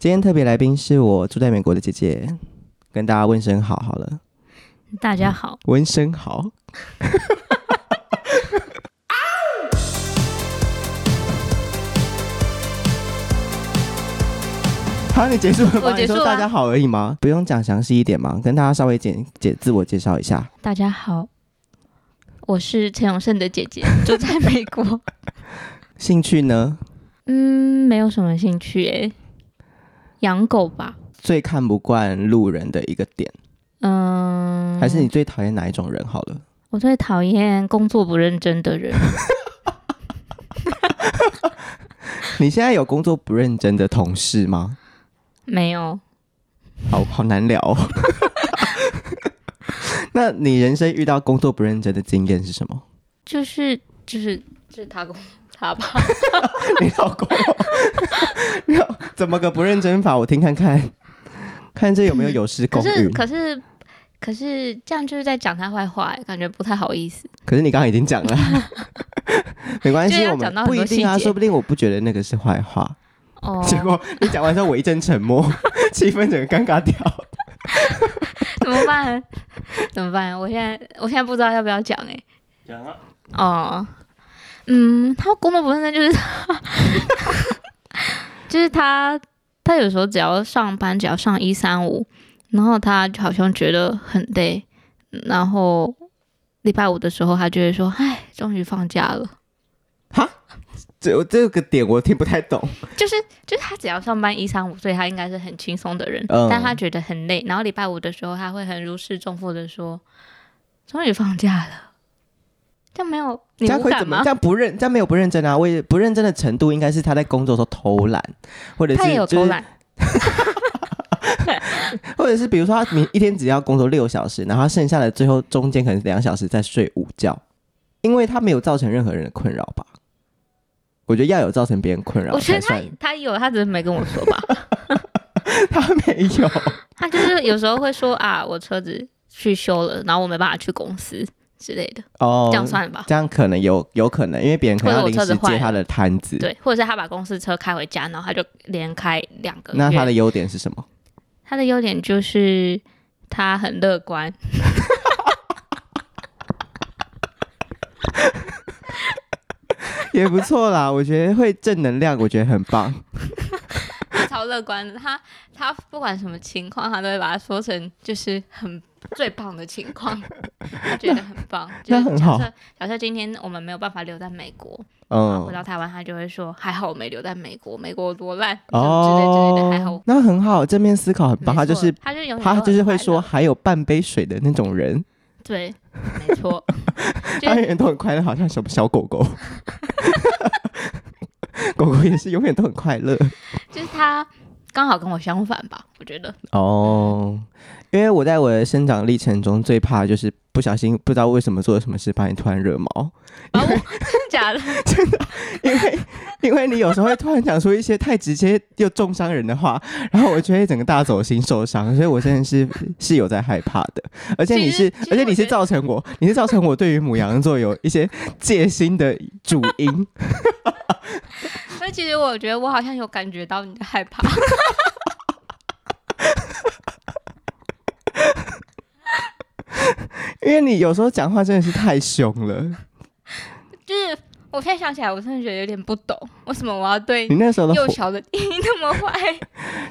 今天特别来宾是我住在美国的姐姐，跟大家问声好好了，大家好，问声好。 好，你结束了吗？我结束啊你说大啦家好而已吗？不用讲详细一点吗？跟大家稍微简简自我介绍一下。大家好，我是陈永胜的姐 姐，住在美国。兴趣呢？嗯，没有什么兴趣诶、养狗吧。最看不惯路人的一个点，嗯，还是你最讨厌哪一种人？好了，我最讨厌工作不认真 的人。你现在有工作不认真的同事吗？没有，好好难聊、哦。 那你人生遇到工作不认真的经验是什 么？就是就是就是他跟我 他吧。你老公、哦，你老怎么个不认真法？我听看看，看这有没有有失可公是允。可是可是这样就是在讲他坏话、诶感觉不太好意思。可是你刚刚已经 讲了，没关就系，要我讲们到很不多一定啊，细节说不定我不觉得那个是坏话。哦，结果你讲完之后，我一阵沉默， 气氛整个尴尬掉。 怎么办？怎么办？我现在我现在不知道要不要讲诶、讲啊，哦，嗯，他工作不认真，就是他， 就是他，他有时候只要上班，只要上一三五，然后他就好像觉得很累，然后礼拜五的时候，他就会说：“哎，终于放假了。这我这个点我听不太懂。”就是就是他只要上班一三五，所以他应该是很轻松的人，嗯但他觉得很累。然后礼拜五的时候，他会很如释重负的说：“终于放假了。”这样没有这你样无会感怎么？吗这？样不认，这样没有不认真啊！我也不认真的程度，应该是他在工作的时候偷懒，或者是他也有偷懒，就是或者是比如说他明一天只要工作六小时，然后他剩下的最后中间可能两小时在睡午觉，因为他没有造成任何人的困扰吧？我觉得要有造成别人困扰我才觉得他算，他有，他只是没跟我说吧。 他没有。他就是有时候会说啊，我车子去修了，然后我没办法去公司之类的，哦，这样算吧。这样可能有有可能，因为别人可能要或者我临车子时坏接了他的摊子。对，或者是他把公司车开回家，然后他就连开两个月。那他的优点是什么？ 他的优点就是他很乐观。也不错啦，我觉得会正能量，我觉得很棒。他超乐观的，他他不管什么情况，他都会把它说成就是很最棒的情况，他觉得很棒。就那是很假好设假设今天我们没有办法留在美国，然后回嗯，到台湾，他就会说还好我没留在美国，美国多烂，什么之类之类的，还好哦，那很好，正面思考很棒。没他就错是他就永远他都就是很会快乐说还有半杯水的那种 人， 对，没错，就他永是远都很快乐，好像什么小狗 狗。狗狗也是永远都很快乐就是他刚好跟我相反吧，我觉得哦。因为我在我的生长历程中，最怕就是不小心不知道为什么做了什么事，把你突然惹毛。啊，我 真的假的？因为 因为你有时候会突然讲出一些太直接又重伤人的话，然后我就会整个大走心受伤，所以我真的是是有在害怕 的。而且你是其实其，实而且你我觉是得造成我，你是造成我对于母羊座有一些戒心的主因。 所以其实我觉得我好像有感觉到你的害怕，因为你有时候讲话真的是太凶了，嗯就是我现在想起来，我真的觉得有点不懂，为什么我要对你那时候的火幼，小的弟那么 坏？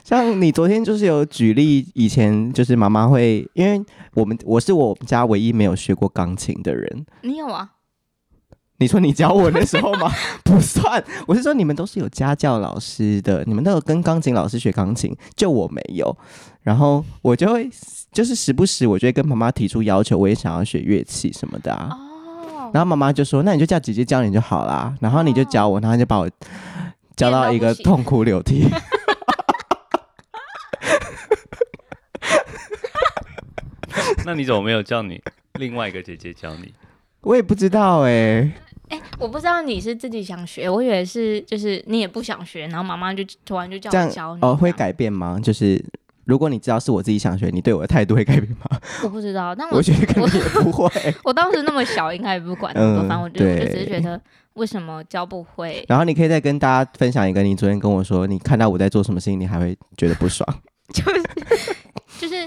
像你昨天就是有举例，以前就是妈妈会，因为我们我是我们家唯一没有学过钢琴的人，你有啊？你说你教我那时候 吗？不算，我是说你们都是有家教老师的，你们都有跟钢琴老师学钢琴，就我没有。然后我就会就是时不时，我就会跟妈妈提出要求，我也想要学乐器什么的啊。哦，然后妈妈就说：“那你就叫姐姐教你就好啦。”然后你就教我，然后就把我教到一个练到痛哭流 涕。 那你怎么没有 叫你另外一个姐姐教你？我也不知道哎、哎、我不知道你是自己想学，我以为是就是你也不想学，然后妈妈就突然就叫这样我教你哦会这样改变吗？就是如果你知道是我自己想学，你对我的态度会改变吗？我不知道，但嗯我我觉得可能也不会。我当时那么小，应该也不管那么多，嗯反正我就我就对只是觉得为什么教不会，然后你可以再跟大家分享一个，你昨天跟我说，你看到我在做什么事情，你还会觉得不 爽。就是就是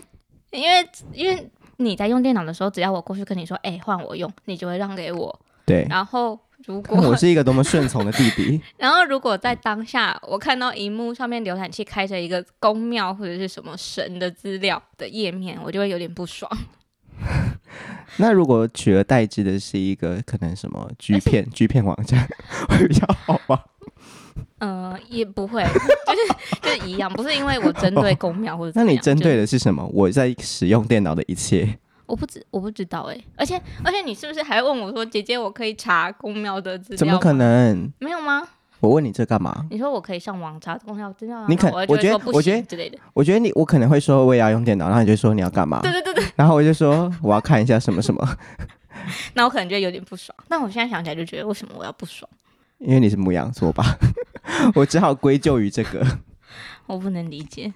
因为因为你在用电脑的时候，只要我过去跟你说，哎、换我用，你就会让给我。对，然后如果哎我是一个多么顺从的弟 弟。然后如果在当下我看到荧幕上面浏览器开着一个宫庙或者是什么神的资料的页面，我就会有点不爽。那如果取而代之的是一个可能什么 G 片 G 片网站，会比较好吗？嗯、也不 会，就是就是一样，不是因为我针对宫庙或者 怎那么你样针就对的是什么？我在使用电脑的一切，我不知我不知道哎、而且而且你是不是还问我说，姐姐我可以查公庙的资料？怎么可？能？没有吗？我问你这干嘛？你说我可以上网查公庙资料啊，你可然后我我觉就得会说不我觉行得之类的。我觉得你，我可能会说我也要用电脑，然后你就说你要干嘛？对对对对，然后我就说我要看一下什么什么，那我可能就有点不爽。但我现在想起来就觉得，为什么我要不爽？因为你是母羊座吧， 我只好归咎于这个。我不能理解。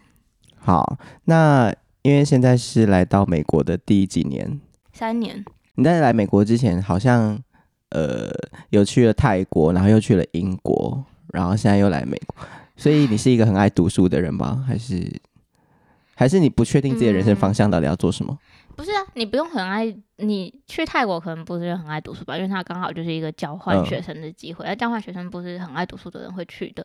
好，那因为现在是来到美国的第几年？三年，你在来美国之前，好像呃有去了泰国，然后又去了英国，然后现在又来美国，所以你是一个很爱读书的人吧？还是还是你不确定自己的人生方向到底要做什么？不是啊，你不用很爱，你去泰国可能不是很爱读书吧，因为他刚好就是一个交换嗯学生的机会，而交换学生不是很爱读书的人会去的，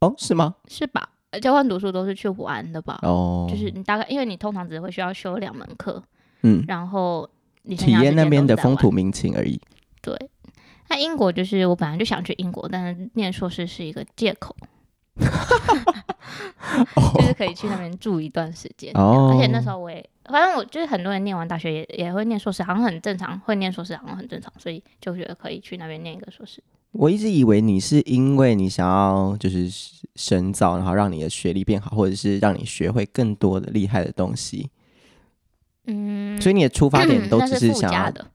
哦，是吗？是吧？呃交换读书都是去玩的吧？哦，就是你大概，因为你通常只会需要修两门课，嗯，然后你剩体下验时那间边的都是在风玩土。民情而已。对，那英国就是我本来就想去英国，但是念硕士是一个借 口，就是可以去那边住一段时间。哦，而且那时候我也，反正我就是很多人念完大学也也会念硕士，好像很正常，会念硕士好像很正常，所以就觉得可以去那边念一个硕士。我一直以为你是因为你想要就是深造，然后让你的学历变好，或者是让你学会更多的厉害的东西，嗯，所以你的出发点都那只是附想加要的，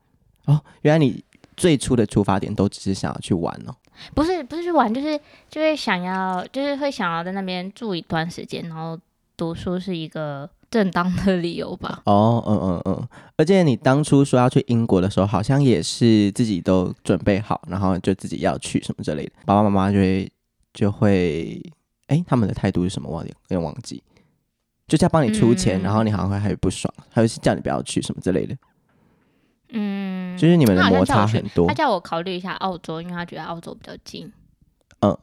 哦，原来你最初的出发点都只是想要去玩哦。不是不是去玩，就是就会想要，就是会想要在那边住一段时间，然后读书是一个正当的理由吧。哦，嗯嗯嗯，而且你当初说要去英国的时候，好像也是自己都准备好，然后就自己要去什么之类的，爸爸妈妈就会就会，哎，他们的态度是什么？我有点有点忘记，就叫帮你出钱，嗯然后你好像会还不爽，还有是叫你不要去什么之类的，嗯，就是你们的那好像摩叫我擦去很多他。叫我考虑一下澳洲，因为他觉得澳洲比较近。嗯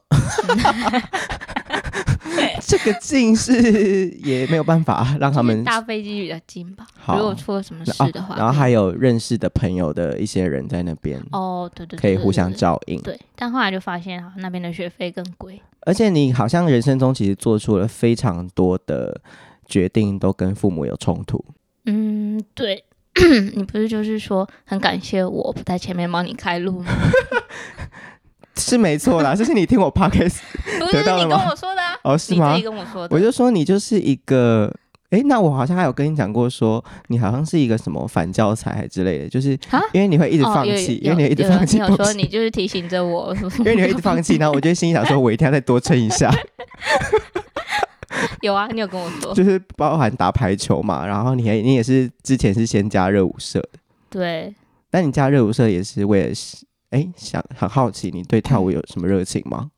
这个劲是也没有办法让他 就是们搭飞机比较近吧。好如果出了什么哦事的话，嗯然后还有认识的朋友的一些人在那边，哦，对对，对可以互相。对对对照应。对，但后来就发现啊，那边的学费更贵。而且你好像人生中其实做出了非常多的决定，都跟父母有冲 突。嗯，对。 你不是就是说很感谢我不在前面帮你开路吗？是没错 啦，这是你听我 podcast 不是得到了你跟吗我说的、啊，哦，是你自吗己？跟我说我的。就说你就是一个，诶，那我好像还有跟你讲过说，你好像是一个什么反教材还之类的，就是啊因为你会一直放有弃，因有为你会一直有放弃你有东说西，你就是提醒着我， 因为你会一直放弃，然后我就心里想说，我一定要再多撑一下，有啊，你有跟我说。就是包含打排球嘛，然后你也你也是之前是先加热舞社的，对，那你加热舞社也是为了是。诶，想很好奇，你对跳舞有什么热情吗？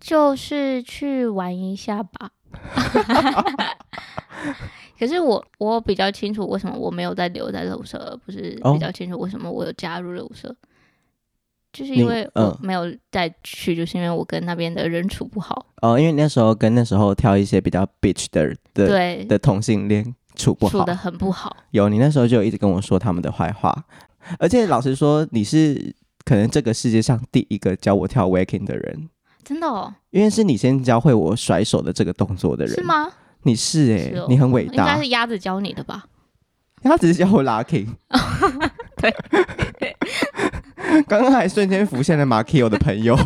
就是去玩一下吧。 可是我我比较清楚为什么我没有再留在热舞社，而不是哦比较清楚为什么我有加入热舞社，就是你因为我嗯没有再去，就是因为我跟那边的人处不好，哦，因为那时候跟那时候跳一些比较 bitch 的的对，的同性恋处不处好的，很不好。有你那时候就有一直跟我说他们的坏话，而且老实说，你是可能这个世界上第一个教我跳 waking 的人，真的哦，因为是你先教会我甩手的这个动作的人，是？吗？你是哎、是哦你很伟应该大是，鸭子教你的吧？他只是教我 locking， 对，刚刚还瞬间浮现了马 k i o 的朋 友。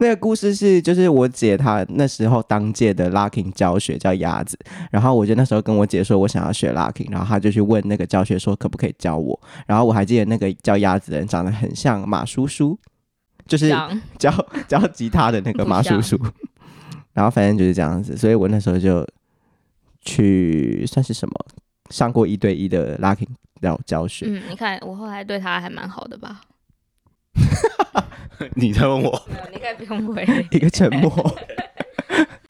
那个故事是，就是我姐她那时候当届的 locking 教学叫鸭子，然后我就那时候跟我姐说我想要学 locking，然后她就去问那个教学说可不可以教我，然后我还记得那个叫鸭子的人长得很像马叔叔，就是讲教 教吉他的那个马叔叔。然后反正就是这样子，所以我那时候就去算是什么上过一对一的 locking 教教学，嗯，你看我后来对他还蛮好的吧？嗯 你在问我？没有，你应该不用回，一个沉 默。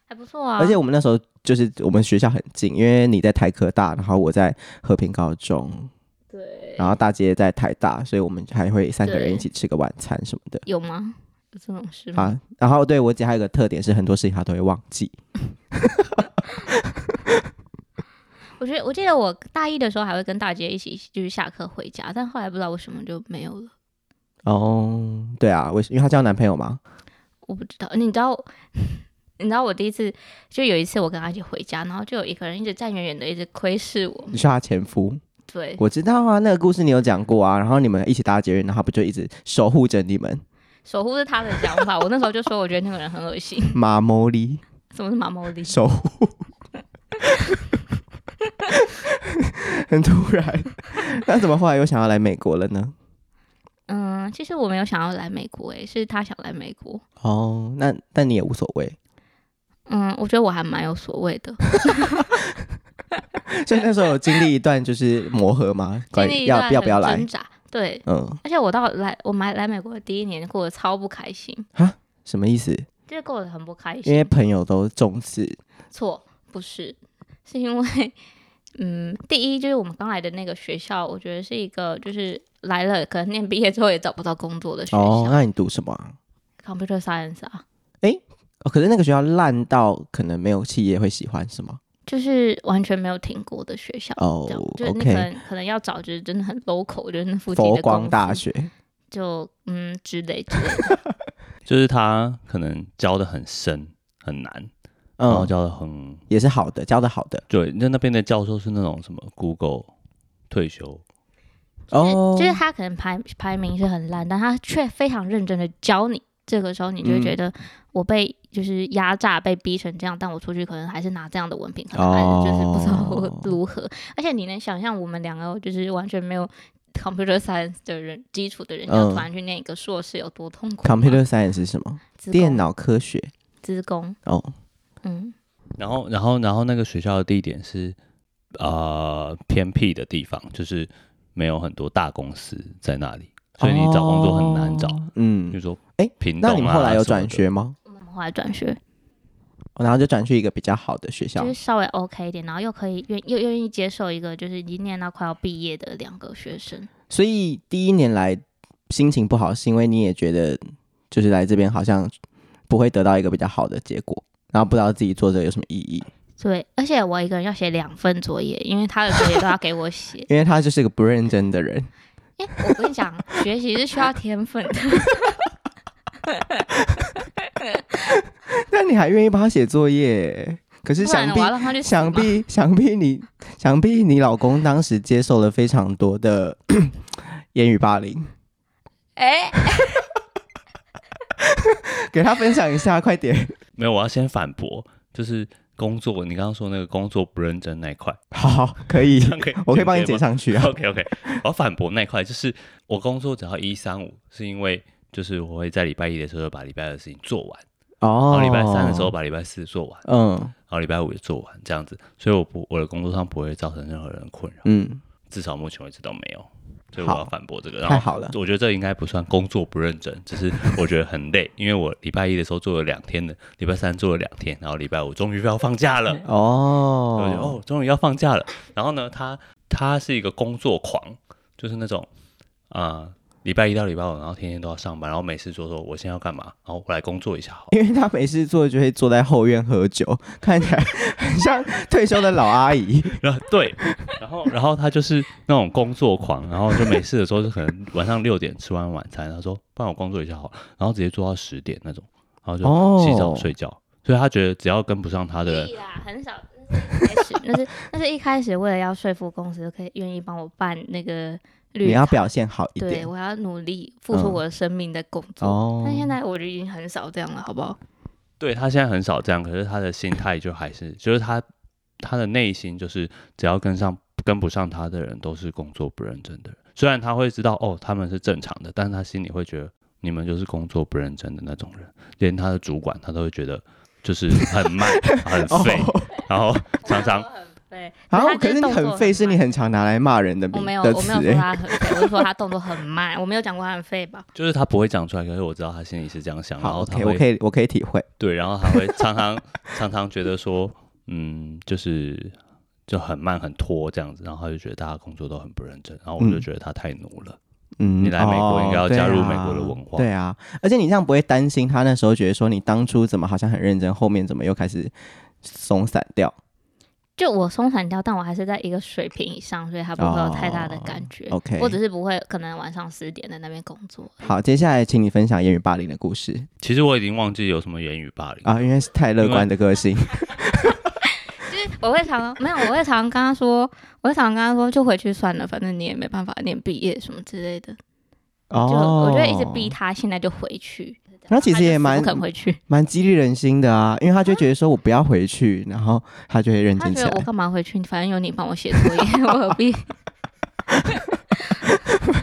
还不错啊。而且我们那时候就是我们学校很近，因为你在台科大，然后我在和平高中，对，然后大姐在台大，所以我们还会三个人对嗯一起吃个晚餐什么的。有吗？有这种事吗？啊，然后对我姐还有一个特点是，很多事情她都会忘记。我觉得我记得我大一的时候还会跟大姐一起就是下课回家，但后来不知道为什么就没有了。哦，对啊，为因为她交男朋友嘛，我不知道，你知道， 你知道我第一次就有一次我跟阿姐回家，然后就有一个人一直站远远的，一直窥视我。你说她前夫，对，我知道啊，那个故事你有讲过啊。然后你们一起搭捷运，然后他不就一直守护着你们？ 守护是他的想法。我那时候就说，我觉得那个人很恶心。 马摩里什么是马毛利？守护， 很突然。那怎么后来又想要来美国了呢？嗯，其实我没有想要来美国、诶，是他想来美国。哦，那但你也无所谓。嗯，我觉得我还蛮有所谓的，所以那时候有经历一段就是磨合吗？关经于历一要段要不要很来挣？扎。对，嗯，而且我到来我来来美国的第一年过得超不开心，什么意思？就是过得很不开因为心。朋友都重视错，不是，是因为，嗯，第一就是我们刚来的那个学校，我觉得是一个就是来了可能念毕业之后也找不到工作的学校、哦。那你读什么啊、 c o m p u t e r Science 啊，哦？可是那个学校烂到可能没有企业会喜欢，是吗？就是完全没有听过的学校。哦这样就是你可，OK，能可能要找就是真的很 local，就是那附近的佛公光司大学就嗯之类之类的，就是他可能教的很深很难，然嗯，后教的很也是好的，教的好的对。那那边的教授是那种什么 Google 退休，哦。就是他可能排排名是很烂，但他却非常认真的教你。这个时候你就会觉嗯得我被就是压榨，被逼成这样，但我出去可能还是拿这样的文凭，可能还是就是不知道哦我如何。而且你能想象我们两个就是完全没有 computer science 的人基础的人，要嗯突然去念一个硕士有多痛苦吗 Computer Science 是什么？资工电脑科学资工，哦，嗯，然后然后然后那个学校的地点是呃偏僻的地方，就是没有很多大公司在那里，所以你找工作很难找。哦比嗯如，说，诶屏东啊那你们后来有转什么学吗？我们后来转学，哦然后就转去一个比较好的学校就是稍微 OK 一点，然后又可以愿又愿意接受一个就是已经念到快要毕业的两个学生。所以第一年来心情不好，是因为你也觉得就是来这边好像不会得到一个比较好的结果，然后不知道自己做这个有什么意义，。对，而且我一个人要写两份作业，因为他的作业都要给我写因为他就是个不认真的人。 哎、我跟你讲，学习是需要天分的。那你还愿意帮他写作业？可 是不然想我必要让他去死想吗 必想必你想必你老公当时接受了非常多的 言语霸凌，哎、给他分享一下，快点。没有，我要先反驳，就是工作，你刚刚说那个工作不认真那 一块， 好，可以这，样可以， 我可以帮你这接样可上去以吗。啊。 OK OK，我要反驳那一块，就是我工作只要一三五，是因为就是我会在礼拜一的时候把礼拜二的事情做完，然哦后礼拜三的时候，把礼拜四做完，嗯然后礼拜五也做完，这样子，所以我不我的工作上不会造成任何人的困扰，嗯，至少目前为止都没有，所以我要好反驳这个。然太后好了。我觉得这应该不算工作不认真，只是我觉得很累，因为我礼拜一的时候做了两天的，礼拜三做了两天，然后礼拜五终于要放假了，我就觉得哦，哦，终于要放假了。然后呢，他他是一个工作狂，就是那种啊、呃礼拜一到礼拜五，然后天天都要上班，然后每次说说我现在要干嘛，然后我来工作一下好了。 因为他每次做就会坐在后院喝酒， 看起来很像退休的老阿 姨。然后对，然后然后他就是那种工作狂，然后就没事的时候就可能晚上六点吃完晚餐，他说不然我工作一下好了，然后直接做到十点那种，然后就哦洗澡睡觉。所以他觉得只要跟不上他的人，屁啦，很少。那是一开 始，那是那是一开始为了要说服公司可以愿意帮我办那个绿你要卡表现好一对点我要努力付出嗯我的生命在工作。哦但。现在我就已经很少这样了，好不好？对他现在很少这样，可是他的心态就还是，就是他他的内心就是只要跟上跟不上他的人都是工作不认真的人，虽然他会知道哦他们是正常的，但是他心里会觉得你们就是工作不认真的那种人，连他的主管他都会觉得就是很 慢、很废，然后常常对，然后他哦啊可就是你动作很废，是你慢很常拿来骂人的我名没有的我词没有说欸。他很废，我是说他动作很慢，我没有讲过他很废吧？就是他不会讲出来，可是我知道他心里是这样想，然好后他，OK，我会可以，我可以体会。对，然后还会常常常常觉得说，嗯，就是就很慢很拖这样子，然后他就觉得大家工作都很不认真，然后我就嗯觉得他太奴了。嗯，你来美国哦应该要加入美国的对啊文化对啊，而且你这样不会担心他那时候觉得说你当初怎么好像很认真，后面怎么又开始松散掉？就我松散掉，但我还是在一个水平以上，所以他不会有太大的感觉。哦，OK 我只是不会可能晚上十点在那边工作。好，接下来请你分享言语霸凌的故事其实我已经忘记有什么言语霸凌啊，因为是太乐观的个性， 就是我会常没有，我会常跟他说，我会常跟他说，就回去算了，反正你也没办法念毕业什么之类的。哦，就我就会一直逼，他，现在就回去。那其实也蛮不肯回去，蛮激励人心的啊，因为他就觉得说我不要回去，然后他就会认他真起觉得我来。干嘛回去？反正有你帮我写作业，我 何必？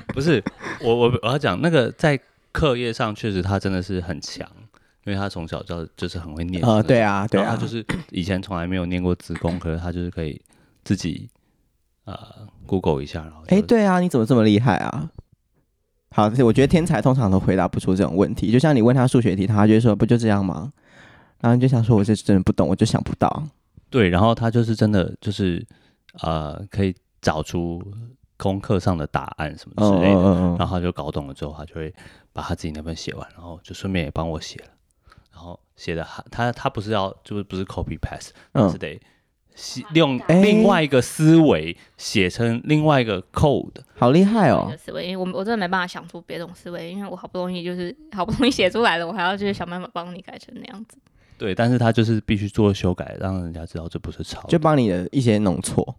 不是，我我我要讲那个在课业上确实他真的是很强，因为他从小就就是很会念。呃，对啊，啊，对然啊，后他就是以前从来没有念过自工，可是他就是可以自己呃 Google 一下，然后就哎，对啊，你怎么这么厉害啊？好，我觉得天才通常都回答不出这种问题。就像你问他数学题，他就会说不就这样吗？然后你就想说，我是真的不懂，我就想不到。对，然后他就是真的就是呃可以找出功课上的答案什么嗯之类的，嗯嗯嗯然后他就搞懂了之后，他就会把他自己那份写完，然后就顺便也帮我写了，然后写的他他他不是要就是不是 copy pass，是嗯，得写用哎另外一个思维写成另外一个 code。好厉害 哦这个！思维，因为我我真的没办法想出别种思维，因为我好不容易就是好不容易写出来了，我还要就是想办法帮你改成那样子。对，但是他就是必须做修改，让人家知道这不是抄的。就帮你的一些弄错，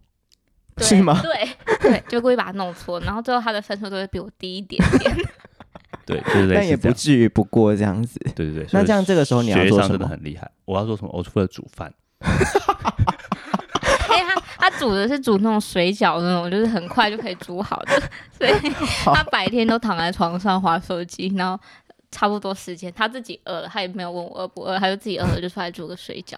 对是吗？ 对对，就故意把它弄错，然后最后他的分数都会比我低一点 点。对，就是类但似也这不样至于不过这样子。对对对。所那以这样这个时候你要学业做上什真的么很厉害。我要做什么？我负责煮饭。因为他他煮的是煮那种水饺那种，就是很快就可以煮好的， 所以他白天都躺在床上划手机，然后差不多时间他自己饿了，他也没有问我饿不饿，他就自己饿了就出来煮个水饺。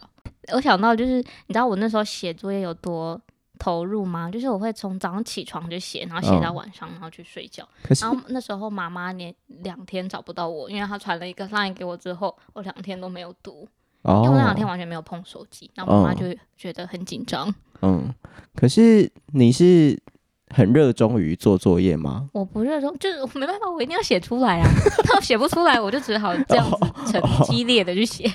我想到就是，你知道我那时候写作业有多投入吗？就是我会从早上起床就写，然后写到嗯晚上，然后去睡觉。可是然后那时候妈妈连两天找不到我，因为她传了一个 line 给我之后，我两天都没有读，因为我那两天哦，完全没有碰手机，然后妈妈哦就觉得很紧张。嗯，可是你是很热衷于做作业吗？我不热衷，就是我没办法，我一定要写出来啊！ 那我写不出来，我就只好这样哦子很激烈的去写。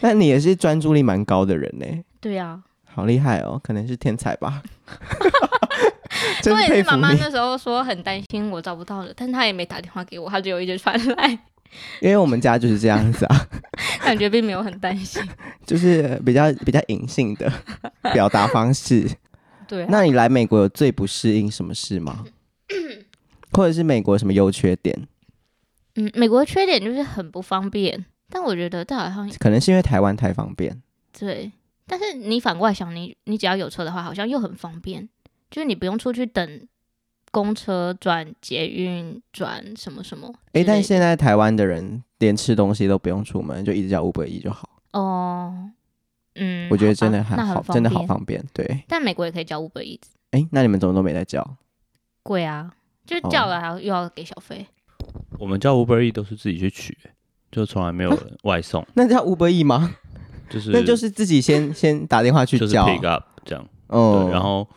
那你也是专注力蛮高的人呢、对啊，好厉害哦，可能是天才吧。 真所以佩是服妈妈你，那时候说很担心我找不到了，但她也没打电话给我，她只有一直传来，因为我们家就是这样子啊， 感觉并没有很担心。就是比较比较隐性的表达方式。 对、啊，那你来美国有最不适应什么事吗？或者是美国什么优缺点？嗯，美国的缺点就是很不方便，但我觉得这好像可能是因为台湾太方便。对，但是你反过来想，你你只要有车的话，好像又很方便，就是你不用出去等公车、转捷运、转什么什么之类的。诶，但现在台湾的人连吃东西都不用出门，就一直叫 Uber E 就好。哦，嗯，我觉得好吧真的很那很好，方真的好便方便。对，但美国也可以叫 Uber Eats，诶，那你们怎么都没在叫？贵啊，就是哦叫了还要又要给小费。我们叫 Uber E 都是自己去取，就从来没有人外送，那叫 Uber E 吗？就是啊那就是自己先先打电话去就是叫。啊 pick up 这样。嗯对，然后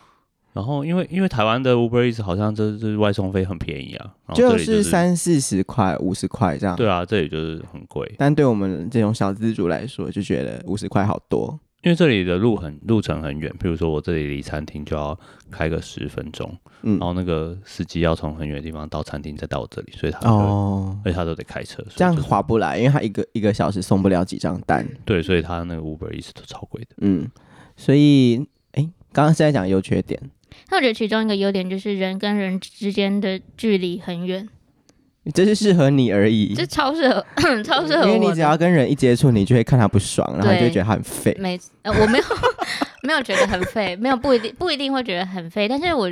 然后因为因为台湾的 Uber Eats 好像这这外送费很便宜啊，然后这就里就是三四十块、五十块这样。对啊，这里就是很贵，但对我们这种小资主来说，就觉得五十块好多。因为这里的路很路程很远，譬如说我这里离餐厅就要开个十分钟，嗯然，后那个司机要从很远的地方到餐厅再到我这里，所以他就哦，而且他都得开车，所以这样就是划不来，因为他一个一个小时送不了几张单。对，所以他那个 Uber Eats 都超贵的。嗯，所以诶，刚刚是在讲优缺点。那我觉得其中一个优点就是人跟人之间的距离很远，这是适合你而已，这超适合 超适合嗯因为我你的。只要跟人一接触，你就会看他不爽，然后你就会对觉得他很废。 每次呃我没有没有觉得很废，没有不一定不一定会觉得很废，但是我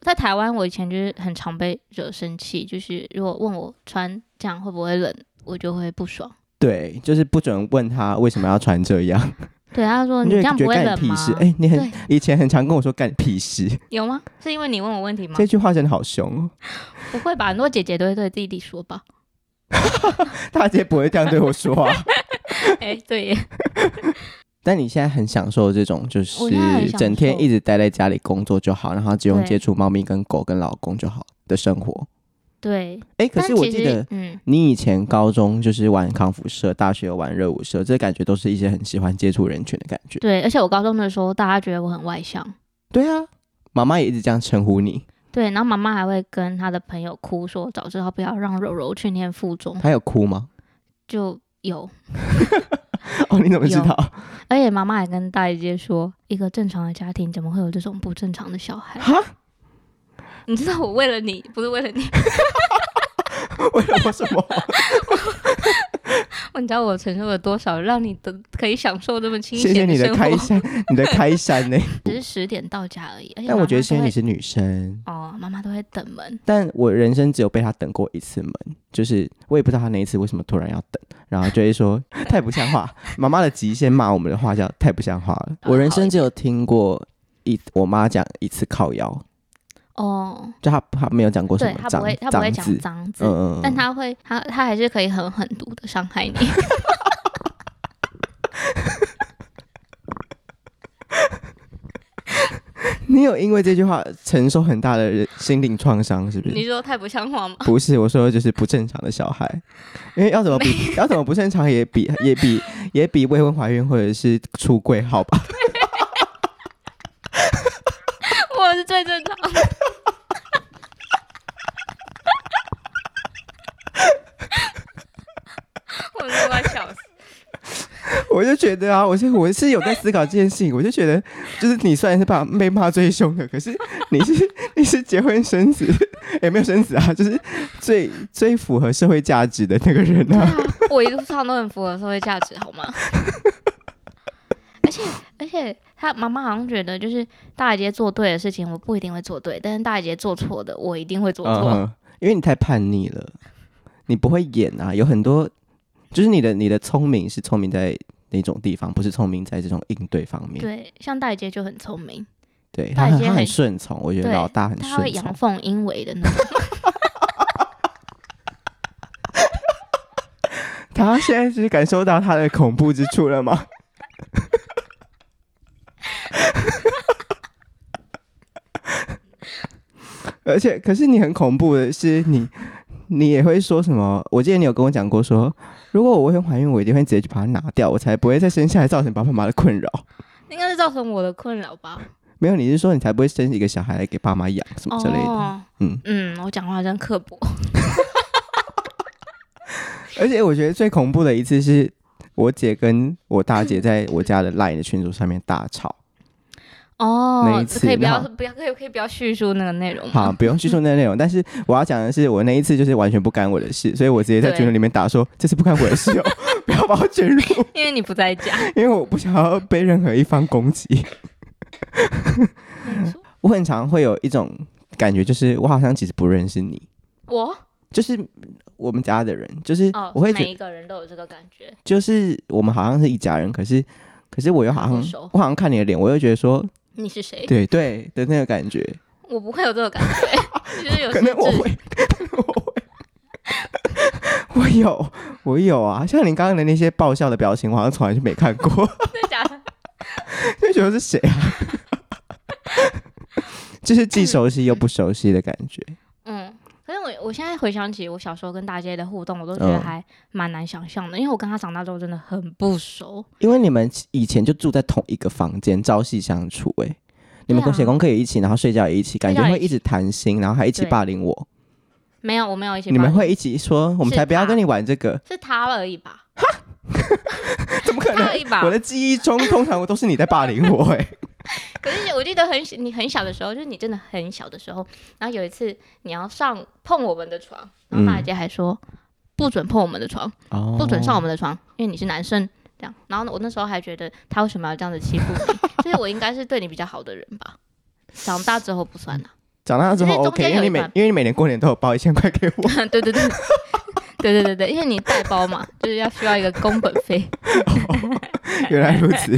在台湾，我以前就是很常被惹生气，就是如果问我穿这样会不会冷，我就会不爽。对，就是不准问他为什么要穿这样，对，他说你哦就会你这样觉不得干会冷你屁吗？事。哎、你很对，以前很常跟我说干你屁事，有吗？是因为你问我问题吗？这句话真的好凶哦。不会吧？很多姐姐都会对弟弟 说吧？大姐不会这样对我说话。哎、对耶，但你现在很享受这种，就是我现在很享受整天一直待在家里工作就好，然后只用对接触猫咪跟狗跟老公就好的生活。对。哎、可是但我其记实得，嗯，你以前高中就是玩康复社，大学玩热舞社，这感觉都是一些很喜欢接触人群的感觉。对，而且我高中的时候，大家觉得我很外向，对啊，妈妈也一直这样称呼你，对，然后妈妈还会跟她的朋友哭说，早知道不要让柔柔去念附中，她有哭吗？ 就有。哦，你怎么知有 道？而且妈妈还跟大姐姐说，一个正常的家庭怎么会有这种不正常的小孩？ 哈， 你知道我为了你，不是为了你，为了我什么？ 你知道我承受了多少，让你的可以享受这么清谢谢闲你的生活。开山，你的开 山呢、只是十点到家而已，而且但我觉得妈妈都现在会你是女生，哦，妈妈都会等门，但我人生只有被她等过一次门，就是我也不知道她那一次为什么突然要等，然后就会 说太不像话。妈妈的极限骂我们的话叫太不像话 了。哦我人好生一只有听过一我妈讲一次靠腰，哦，就她她没有讲过什对么他脏不会，他不会脏讲字，脏字，嗯嗯，但他会，他他还是可以很狠毒的伤害你。 你有因为这句话承受很大的人心灵创伤是不你是？说太不像话吗？ 不是，我说的就是不正常的小孩，因为要怎么 比要怎么不正常也比也比也比未婚怀孕或者是出柜好吧？ 我是最正常的。我真的快笑死！我就觉得啊，我是我是有在思考这件事情，我就觉得，就是你虽然是把被骂最凶的，可是你是你是结婚生子，也、没有生子啊，就是最最符合社会价值的那个人对啊。啊，我一路上都很符合社会价值，好吗？ 而且而且，他妈妈好像觉得，就是大姐姐做对的事情，我不一定会做对，但是大姐姐做错的，我一定会做错。嗯，因为你太叛逆了，你不会演啊，有很多就是你的你的聪明是聪明在那种地方，不是聪明在这种应对方面。对，像大姐姐就很聪明，对，大他姐他很很顺从，我觉得对老大很她会顺阳从。奉阴违的那种。他现在是感受到他的恐怖之处了吗？而且，可是你很恐怖的是你，你也会说什么？我记得你有跟我讲过说如果我未婚怀孕，我一定会直接去把它拿掉，我才不会再生下来造成爸爸妈妈的困扰。 应该是造成我的困扰吧？没有，你是说你才不会生一个小孩来给爸妈养什么之类的？哦，嗯嗯，我讲话真刻薄。而且我觉得最恐怖的一次是我姐跟我大姐在我家的 LINE 的群组上面大吵。那哦一，次可以不要那不要可以可以不要叙述那个内容 好，吗？不用叙述那内容，但是我要讲的是，我那一次就是完全不干我的事，所以我直接在对群组里面打说，这次不干我的事哦， 不要把我卷入，因为你不 在家。因为我不想要被任何一方攻击。没错我很常会有一种感觉，就是我好像其实不认识你，我就是我们家的人，就是哦，哎我会觉每一个人都有这个感觉。就是我们好像是一家人，可是可是我又好像不熟我好像看你的脸，我又觉得说你是谁？对对的那个感觉，我不会有这个感 觉，就是有可些能我自会，我会， 我有，我有啊。像你刚刚的那些爆笑的表情，我好像从来就没看过， 真的假的？就觉得是谁啊？ 就是既熟悉又不熟悉的感觉。嗯。可是我我现在回想起我小时候跟大姐的互动，我都觉得嗯还蛮难想象的，因为我跟她长大之后真的很不熟。因为你们以前就住在同一个房间，朝夕相处、欸，你们对啊写功课也一起，然后睡觉也一起，感觉睡觉会也一直谈心，然后还一起对霸凌我。没有，我没有一起。你们会一起说，我们是啊才不要他跟你玩这 个，是她而 已吧？怎么可他而能？已吧我？的记忆中，通常都是你在霸凌我、欸，可是我记得很小你很小的时候，就是你真的很小的时候，然后有一次你要上碰我们的床，然后大姐还说、不准碰我们的床，哦不准上我们的床，因为你是男生。这样，然后呢我那时候还觉得他为什么要这样子欺负你？就是我应该是对你比较好的人吧。长大之后不算啦、长大之后其实中 OK，间因为你有一每段因为你每年过年都有包一千块给 我对对对，对对对对，因为你带包嘛，就是要需要一个工本费。原来如此，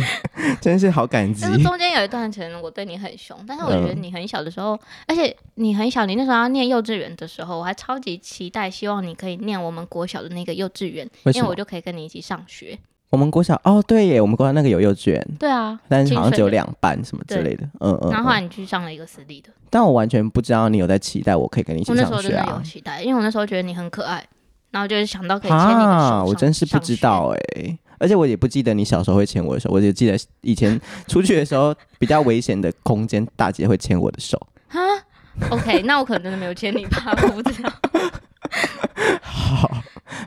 真是好感激但。是中间有一段可能我对你很凶，但是我觉得嗯你很小的时候，而且你很小，你那时候要念幼稚园的时候，我还超级期待，希望你可以念我们国小的那个幼稚园，为什因为么我？就可以跟你一起上学。我们国小哦，对耶，我们国小那个有幼稚园，对啊，但是好像只有清水的。两班什么之类的，嗯嗯。然后后来嗯你去上了一个私立的，但我完全不知道你有在期待我可以跟你一我起那时上候真学的啊有！期待，因为我那时候觉得你很可爱，然后就是想到可以牵你的手啊，上我真是不知。上学道哎、而且我也不记得你小时候会牵我的手，我只记得以前出去的时候比较危险的空间，大姐会牵我的手。啊，OK，那我可能真的没有牵你吧，我不知道。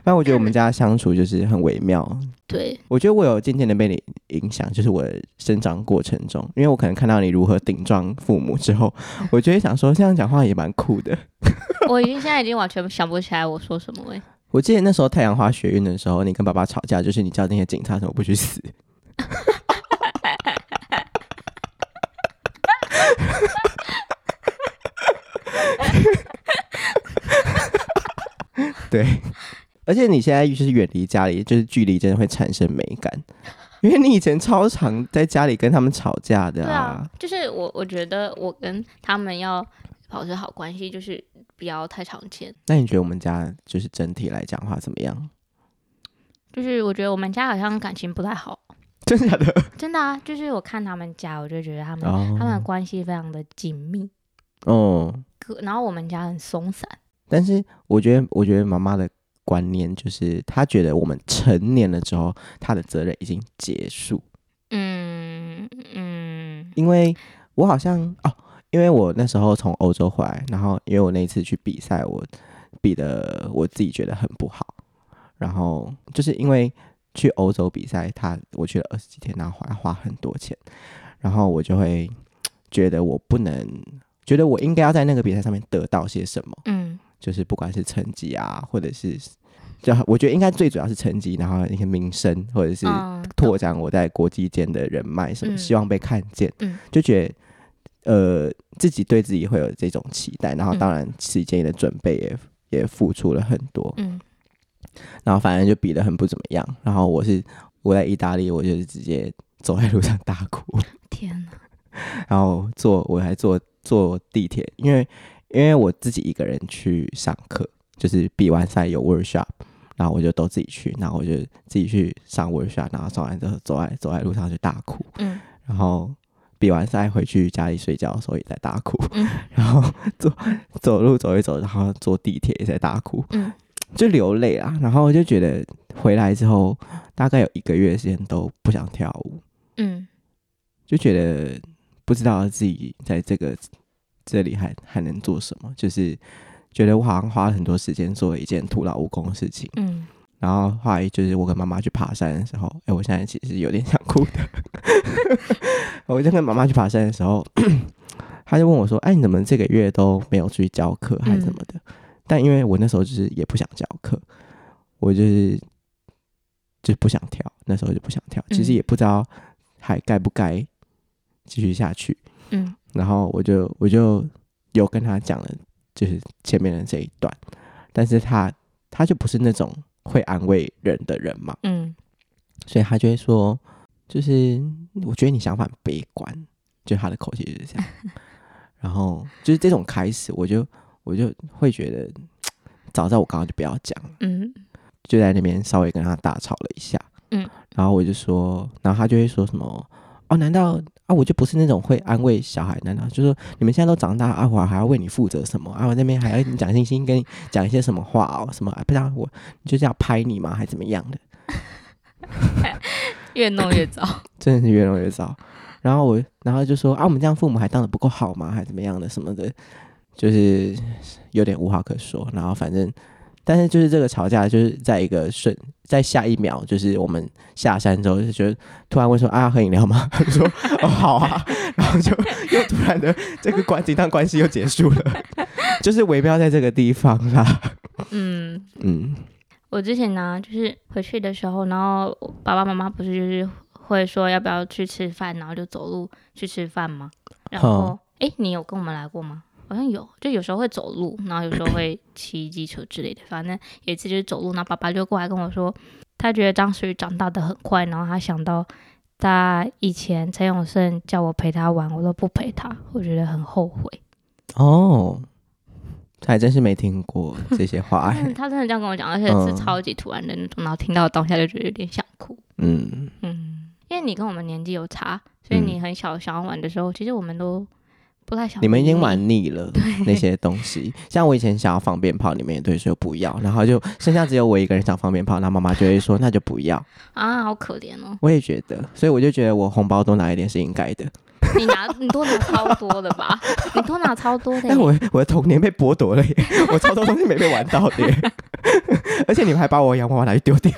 但我觉得我们家相处就是很微妙， 对，我觉得我有渐渐的被你影响，就是我的生长过程中，因为我可能看到你如何顶撞父母之后，我就会想说这样讲话也蛮酷的。我已经现在已经完全想不起来我说什么哎、我记得那时候太阳花学运的时候，你跟爸爸吵架，就是你叫那些警察怎么不去死。 对，而且你现在就是远离家里，就是距离真的会产生美感，因为你以前超常在家里跟他们吵架的对啊啊。，就是我我觉得我跟他们要保持好关系，就是不要太常见。那你觉得我们家就是整体来讲话怎么样？就是我觉得我们家好像感情不太好，真的假的？真的啊。就是我看他们家，我就觉得他们、哦他们的关系非常的紧密，哦。可然后我们家很松散。但是我觉得，我觉得妈妈的观念就是，她觉得我们成年了之后，她的责任已经结束。嗯嗯，因为我好像哦，因为我那时候从欧洲回来，然后因为我那一次去比赛，我比的我自己觉得很不好，然后就是因为去欧洲比赛，他我去了二十几天，然后花花很多钱，然后我就会觉得我不能，觉得我应该要在那个比赛上面得到些什么。嗯就是不管是成绩啊，或者是，就我觉得应该最主要是成绩，然后一个名声，或者是嗯，拓展我在国际间的人脉，什么、嗯希望被看见，嗯就觉得。呃，自己对自己会有这种期待，嗯然后当然时间的准备也、也付出了很多，嗯然后反正就比得很不怎么样。然后我是我在意大利，我就是直接走在路上大哭，天哪，然后坐我还坐坐地铁，因为因为我自己一个人去上课，就是比完赛有 workshop，然后我就都自己去，然后我就自己去上 workshop，然后上完之后走在走在路上就大哭，嗯然后比完赛回去家里睡觉的时候也在大哭，嗯然后走走路走一走，然后坐地铁也在大哭，嗯就流泪啦。然后我就觉得回来之后大概有一个月的时间都不想跳舞，嗯，就觉得不知道自己在这个这里还还能做什么，就是觉得我好像花了很多时间做了一件徒劳无功的事情。嗯，然后后来就是我跟妈妈去爬山的时候，哎，我现在其实有点想哭的。 我就跟妈妈去爬山的时候， 她就问我说：“哎，你怎么这个月都没有去教课还是什么的？”但因为我那时候就是也不想教课，我就是就不想跳，那时候就不想跳，其实嗯也不知道还该不该继续下去。嗯然后我就我就有跟他讲了，就是前面的这一段，但是他他就不是那种会安慰人的人嘛，嗯所以他就会说，就是我觉得你想法很悲观，就他的口气就是这样，然后就是这种开始，我就我就会觉得，早知道我刚刚就不要讲了。嗯就在那边稍微跟他大吵了一下，嗯，然后我就说，然后他就会说什么，哦，难道啊，我就不是那种会安慰小孩，难道就说你们现在都长大啊，我还要为你负责什么啊，我那边还要你讲星星，跟你讲一些什么话哦，什么、啊、不然我就这样拍你吗，还怎么样的，越弄越糟。真的是越弄越糟。然后我，然后就说啊，我们这样父母还当的不够好吗，还怎么样的什么的，就是有点无话可说。然后反正，但是就是这个吵架，就是在一个瞬，在下一秒，就是我们下山之后，就觉得突然问说啊，喝饮料吗？他 就说哦，好啊。然后就又突然的这个关这段关系又结束了，就是围标在这个地方啦。嗯，嗯，我之前呢、就是回去的时候，然后我爸爸妈妈不是就是会说要不要去吃饭，然后就走路去吃饭吗？然后，诶，你有跟我们来过吗？哦，好像有，就有时候会走路，然后有时候会骑机车之类的。反正有一次就是走路，然后爸爸就过来跟我说，他觉得张诗雨长大的很快，然后他想到他以前陈永胜叫我陪他玩，我都不陪他，我觉得很后悔。哦，他还真是没听过这些话、但是欸。他真的这样跟我讲，而且嗯是超级突然的那种，然后听到当下就觉得有点想哭。嗯，嗯，因为你跟我们年纪有差，所以嗯你很小想要玩的时候，其实我们都不太想。你们已经玩腻了那些东西。像我以前想要放鞭炮，你们也对说不要，然后就剩下只有我一个人想放鞭炮，然后妈妈就会说那就不要。啊，好可怜哦！我也觉得，所以我就觉得我红包多拿一点是应该的。你拿 你多拿超多的 吧，你多拿超多的耶。但哎我我的童年被剥夺了耶，我超多东西没被玩到的耶， 而且你们还把我洋娃娃拿去丢掉，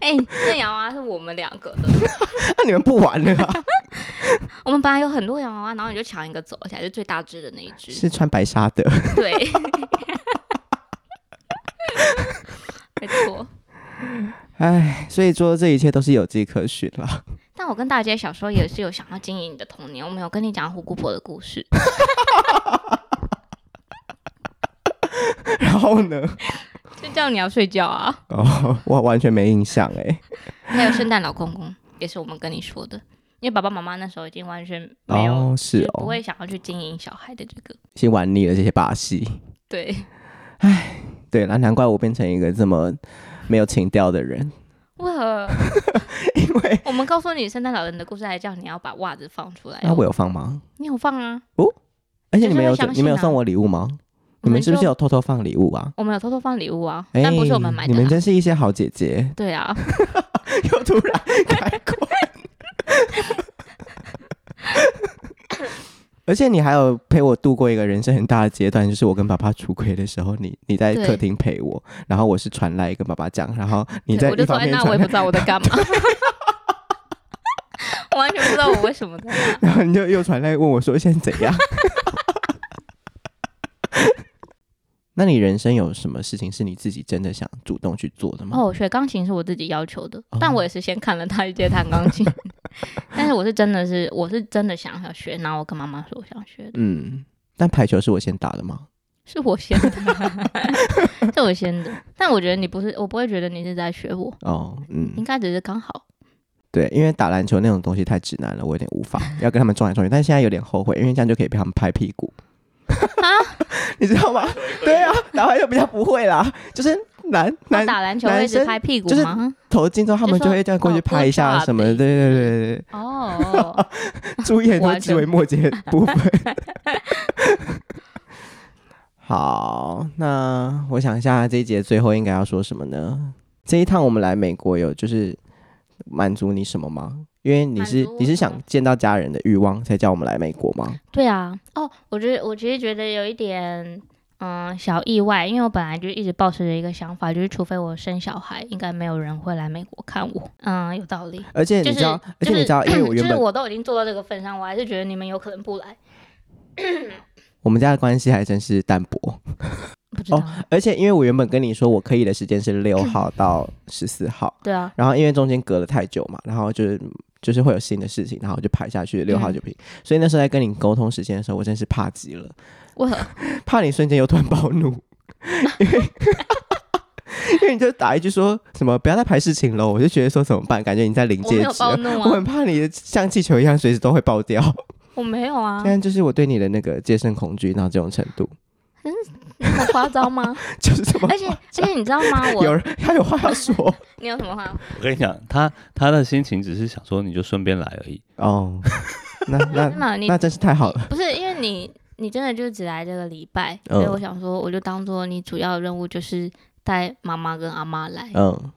哎、那洋娃娃是我们两个的，那你们不玩了啊？我们本来有很多洋娃娃，然后你就抢一个走，而且还是最大只的那一只。是穿白纱的。对， 没错。唉，所以说这一切都是有迹可循啦。但我跟大姐小时候也是有想要经营你的童年，我们有跟你讲虎姑婆的故事。然后呢？ 就叫你要睡觉啊。哦，我完全没印象哎。还有圣诞老公公也是我们跟你说的，因为爸爸妈妈那时候已经完全没有，哦，是就不哦，会想要去经营小孩的这个。已经玩腻了这些把戏。对，对了，难怪我变成一个这么没有情调的 人，为何因 为我们告诉你圣诞老人的故事，还叫你要把袜子放出来？哦啊，我有放吗？你有放啊？而且你们有就是会相信啊你们有送我礼物吗？你们是不是就有偷偷放礼物啊？我们有偷偷放礼物啊？哎，但不是我们买的你啊、们真是一些好姐 姐，对啊，又突然开关。 而且你还有陪我度过一个人生很大的阶段，就是我跟爸爸出轨的时候，你你在对客厅陪我，然后我是传来跟爸爸讲，然后 你对在我就一说方哎，面那我传来，也不知道我在干 嘛。我完全不知道我为什么在那。然后你就又传来问我说现在怎样？ 那你人生有什么事情是你自己真的想主动去做的吗？哦，学钢琴是我自己要求的，哦但我也是先看了他一节弹钢 琴，但是我是真的是我是真的想要学，然后我跟妈妈说我想学的，嗯，但排球是我先打的吗？是我先的， 是我先的。但我觉得你不是，我不会觉得你是在学我，哦，嗯，应该只是刚好。对，因为打篮球那种东西太直男了，我有点无 法要跟他们撞来撞去，但现在有点后悔，因为这样就可以被他们拍屁股。啊 你知道吗？对啊，打完球比较不会啦，就是男我男打篮球会一男直生拍屁股就是吗？投进之后，他们就会这样过哦去拍一下啊什么的，就对对对对哦，对， 注意很多枝微末节的部 分。好，那我想一下这一节最后应该要说什么呢？这一趟我们来美国有就是满足你什么吗？因为你满是足我你是什么想见到家人的欲望才叫我们来美国吗？ 对啊，哦，我觉得我其实觉得有一点。嗯，小意外，因为我本来就一直抱持着一个想法，就是除非我生小孩，应该没有人会来美国看我。嗯，有道理。而且就你是知道，而且你知 道，因为我原就是本我都已经做到这个份上，我还是觉得你们有可能不来，我们家的关系还真是淡薄，不知道。哦而且因为我原本跟你说我可以的时间是六号到十四号，对啊，然后因为中间隔了太久嘛，然后就是就是会有新的事情，然后就排下去六号嗯就平。所以那时候在跟你沟通时间的时候，我真是怕极了，我怕你瞬间又突然暴怒， 因为因为你就打一句说什么不要再排事情了，我就觉得说怎么办，感觉你在临我界没有值暴了。怒我啊，很怕你的像气球一样随时都会爆掉，我没有啊现，在就是我对你的那个戒慎恐惧到这种程度， 那么夸张吗？就是这么而且而且你知道吗？ 有我人他有话要 说你有什么话？我跟你讲，他他的心情只是想说你就顺便来而已。哦，那真那的，你那真是太好了，不是因为你你真的就只来这个礼拜，所以嗯我想说，我就当做你主要的任务就是带妈妈跟阿妈来。嗯，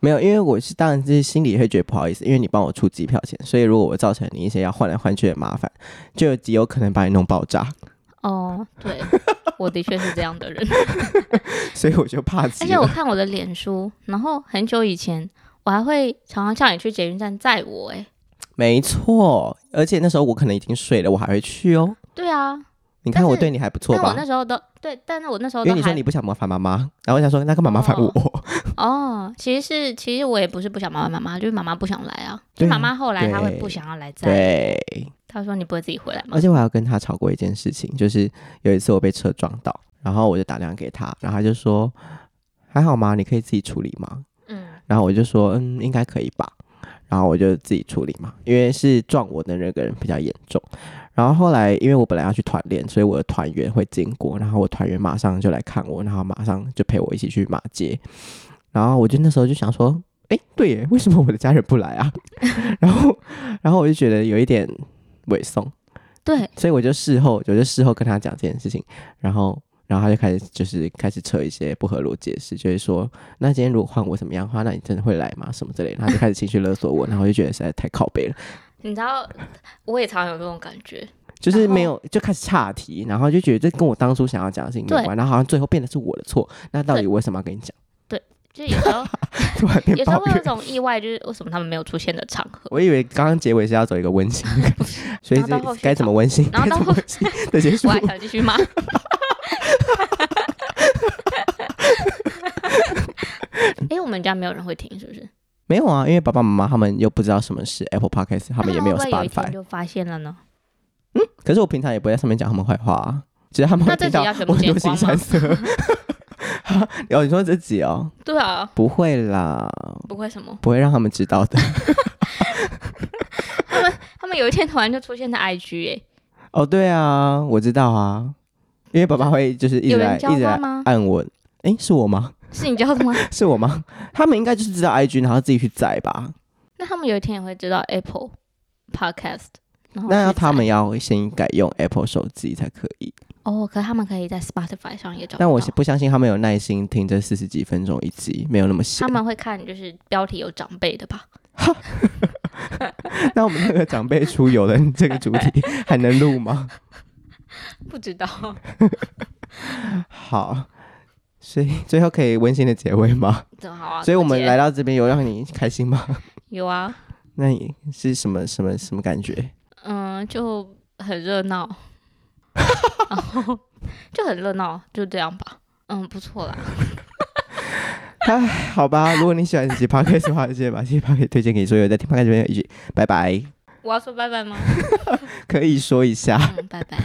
没有，因为我是当然是心里会觉得不好意思，因为你帮我出机票钱，所以如果我造成你一些要换来换去的麻烦，就极有可能把你弄爆炸， 哦，对，我的确是这样的 人。所以我就怕而极且我了。看我的脸书，然后很久以前我还会常常叫你去捷运站载我、欸，没错，而且那时候我可能已经睡了，我还会去哦。对啊，你看但我是对你还不错但我吧那？时候都对，但是我那时候因都为你说还你不想麻烦妈妈，然后我想说那干嘛麻烦我？ 哦，其实是其实我也不是不想麻烦妈妈，就是妈妈不想来啊，对就啊妈妈后来她会对不想要来载，对，他说你不会自己回来吗而？且我还有跟他吵过一件事情，就是有一次我被车撞到，然后我就打电话给他，然后他就说还好吗？你可以自己处理吗？嗯，然后我就说嗯，应该可以吧。然后我就自己处理嘛，因为是撞我的那个人比较严重。然后后来因为我本来要去团练，所以我的团员会经过，然后我团员马上就来看我，然后马上就陪我一起去马街。然后我就那时候就想说，哎，对耶，为什么我的家人不来啊？ 然后然后我就觉得有一点委送，对，所以我就事后，我就事后跟他讲这件事情，然后，然后他就开始就是开始扯一些不合逻辑的事，就是说，那今天如果换我怎么样的话，那你真的会来吗？什么之类的，然后就开始情绪勒索我，然后我就觉得实在太靠背了，你知道，我也常有这种感 觉。就是没有就开始岔题，然后就觉得这跟我当初想要讲的事情没有对关，然后好像最后变得是我的错，那到底对我为什么要跟你讲？就有时 候，突然变有时候抱会 有一怨。种意外，就是为什么他们没有出现的场合。我以为刚刚结尾是要走一个温馨的感觉， 所以然后到后这续该怎么温馨，该然后怎到么后温馨 的结束我。还想继续 骂。哎、我们家没有人会听，是不是？没有啊，因为爸爸妈妈他们又不知道什么是 Apple Podcast，他 们也没有那会不会有一 Spotify 天。就发现了呢。可是我平常也不会在上面讲他们坏话、啊，只是他们会那这听集到要全我部很剪多新光吗三？色。 哦，你说这集哦？对啊，不会啦，不会什么。不会让他们知道的。 他们有一天突然就出现在 IG 哎、哦，对啊，我知道啊，因为爸爸会就是一直有来人教一直他来吗？按我。诶，是我吗？ 是你教的吗？ 是我吗？他们应该就是知道 IG，然后自己去载吧。那他们有一天也会知道 Apple Podcast，然后那哦去要他载们要先改用 Apple 手机才可以。哦，可是他们可以在 Spotify 上也找得到。但我不相信他们有耐心听这四十几分钟一集，没有那么闲他。们会看就是标题有长辈的吧？ 那我们那个长辈出游的这个主 题还能录吗？不知道，好，所以 最后可以温馨的结尾吗？正好啊。所以我们姐来到这边有让你开心吗？ 有啊，那你是什么什么什么感觉？嗯，就很热 闹，然后就很热闹，就这样吧。嗯，不错啦。唉，好吧，如果你喜欢这期 podcast 的话，记得把这期 podcast 推荐给所有在听 podcast 的朋友一起，拜拜，我要说拜拜吗？可以说一下。嗯，拜拜。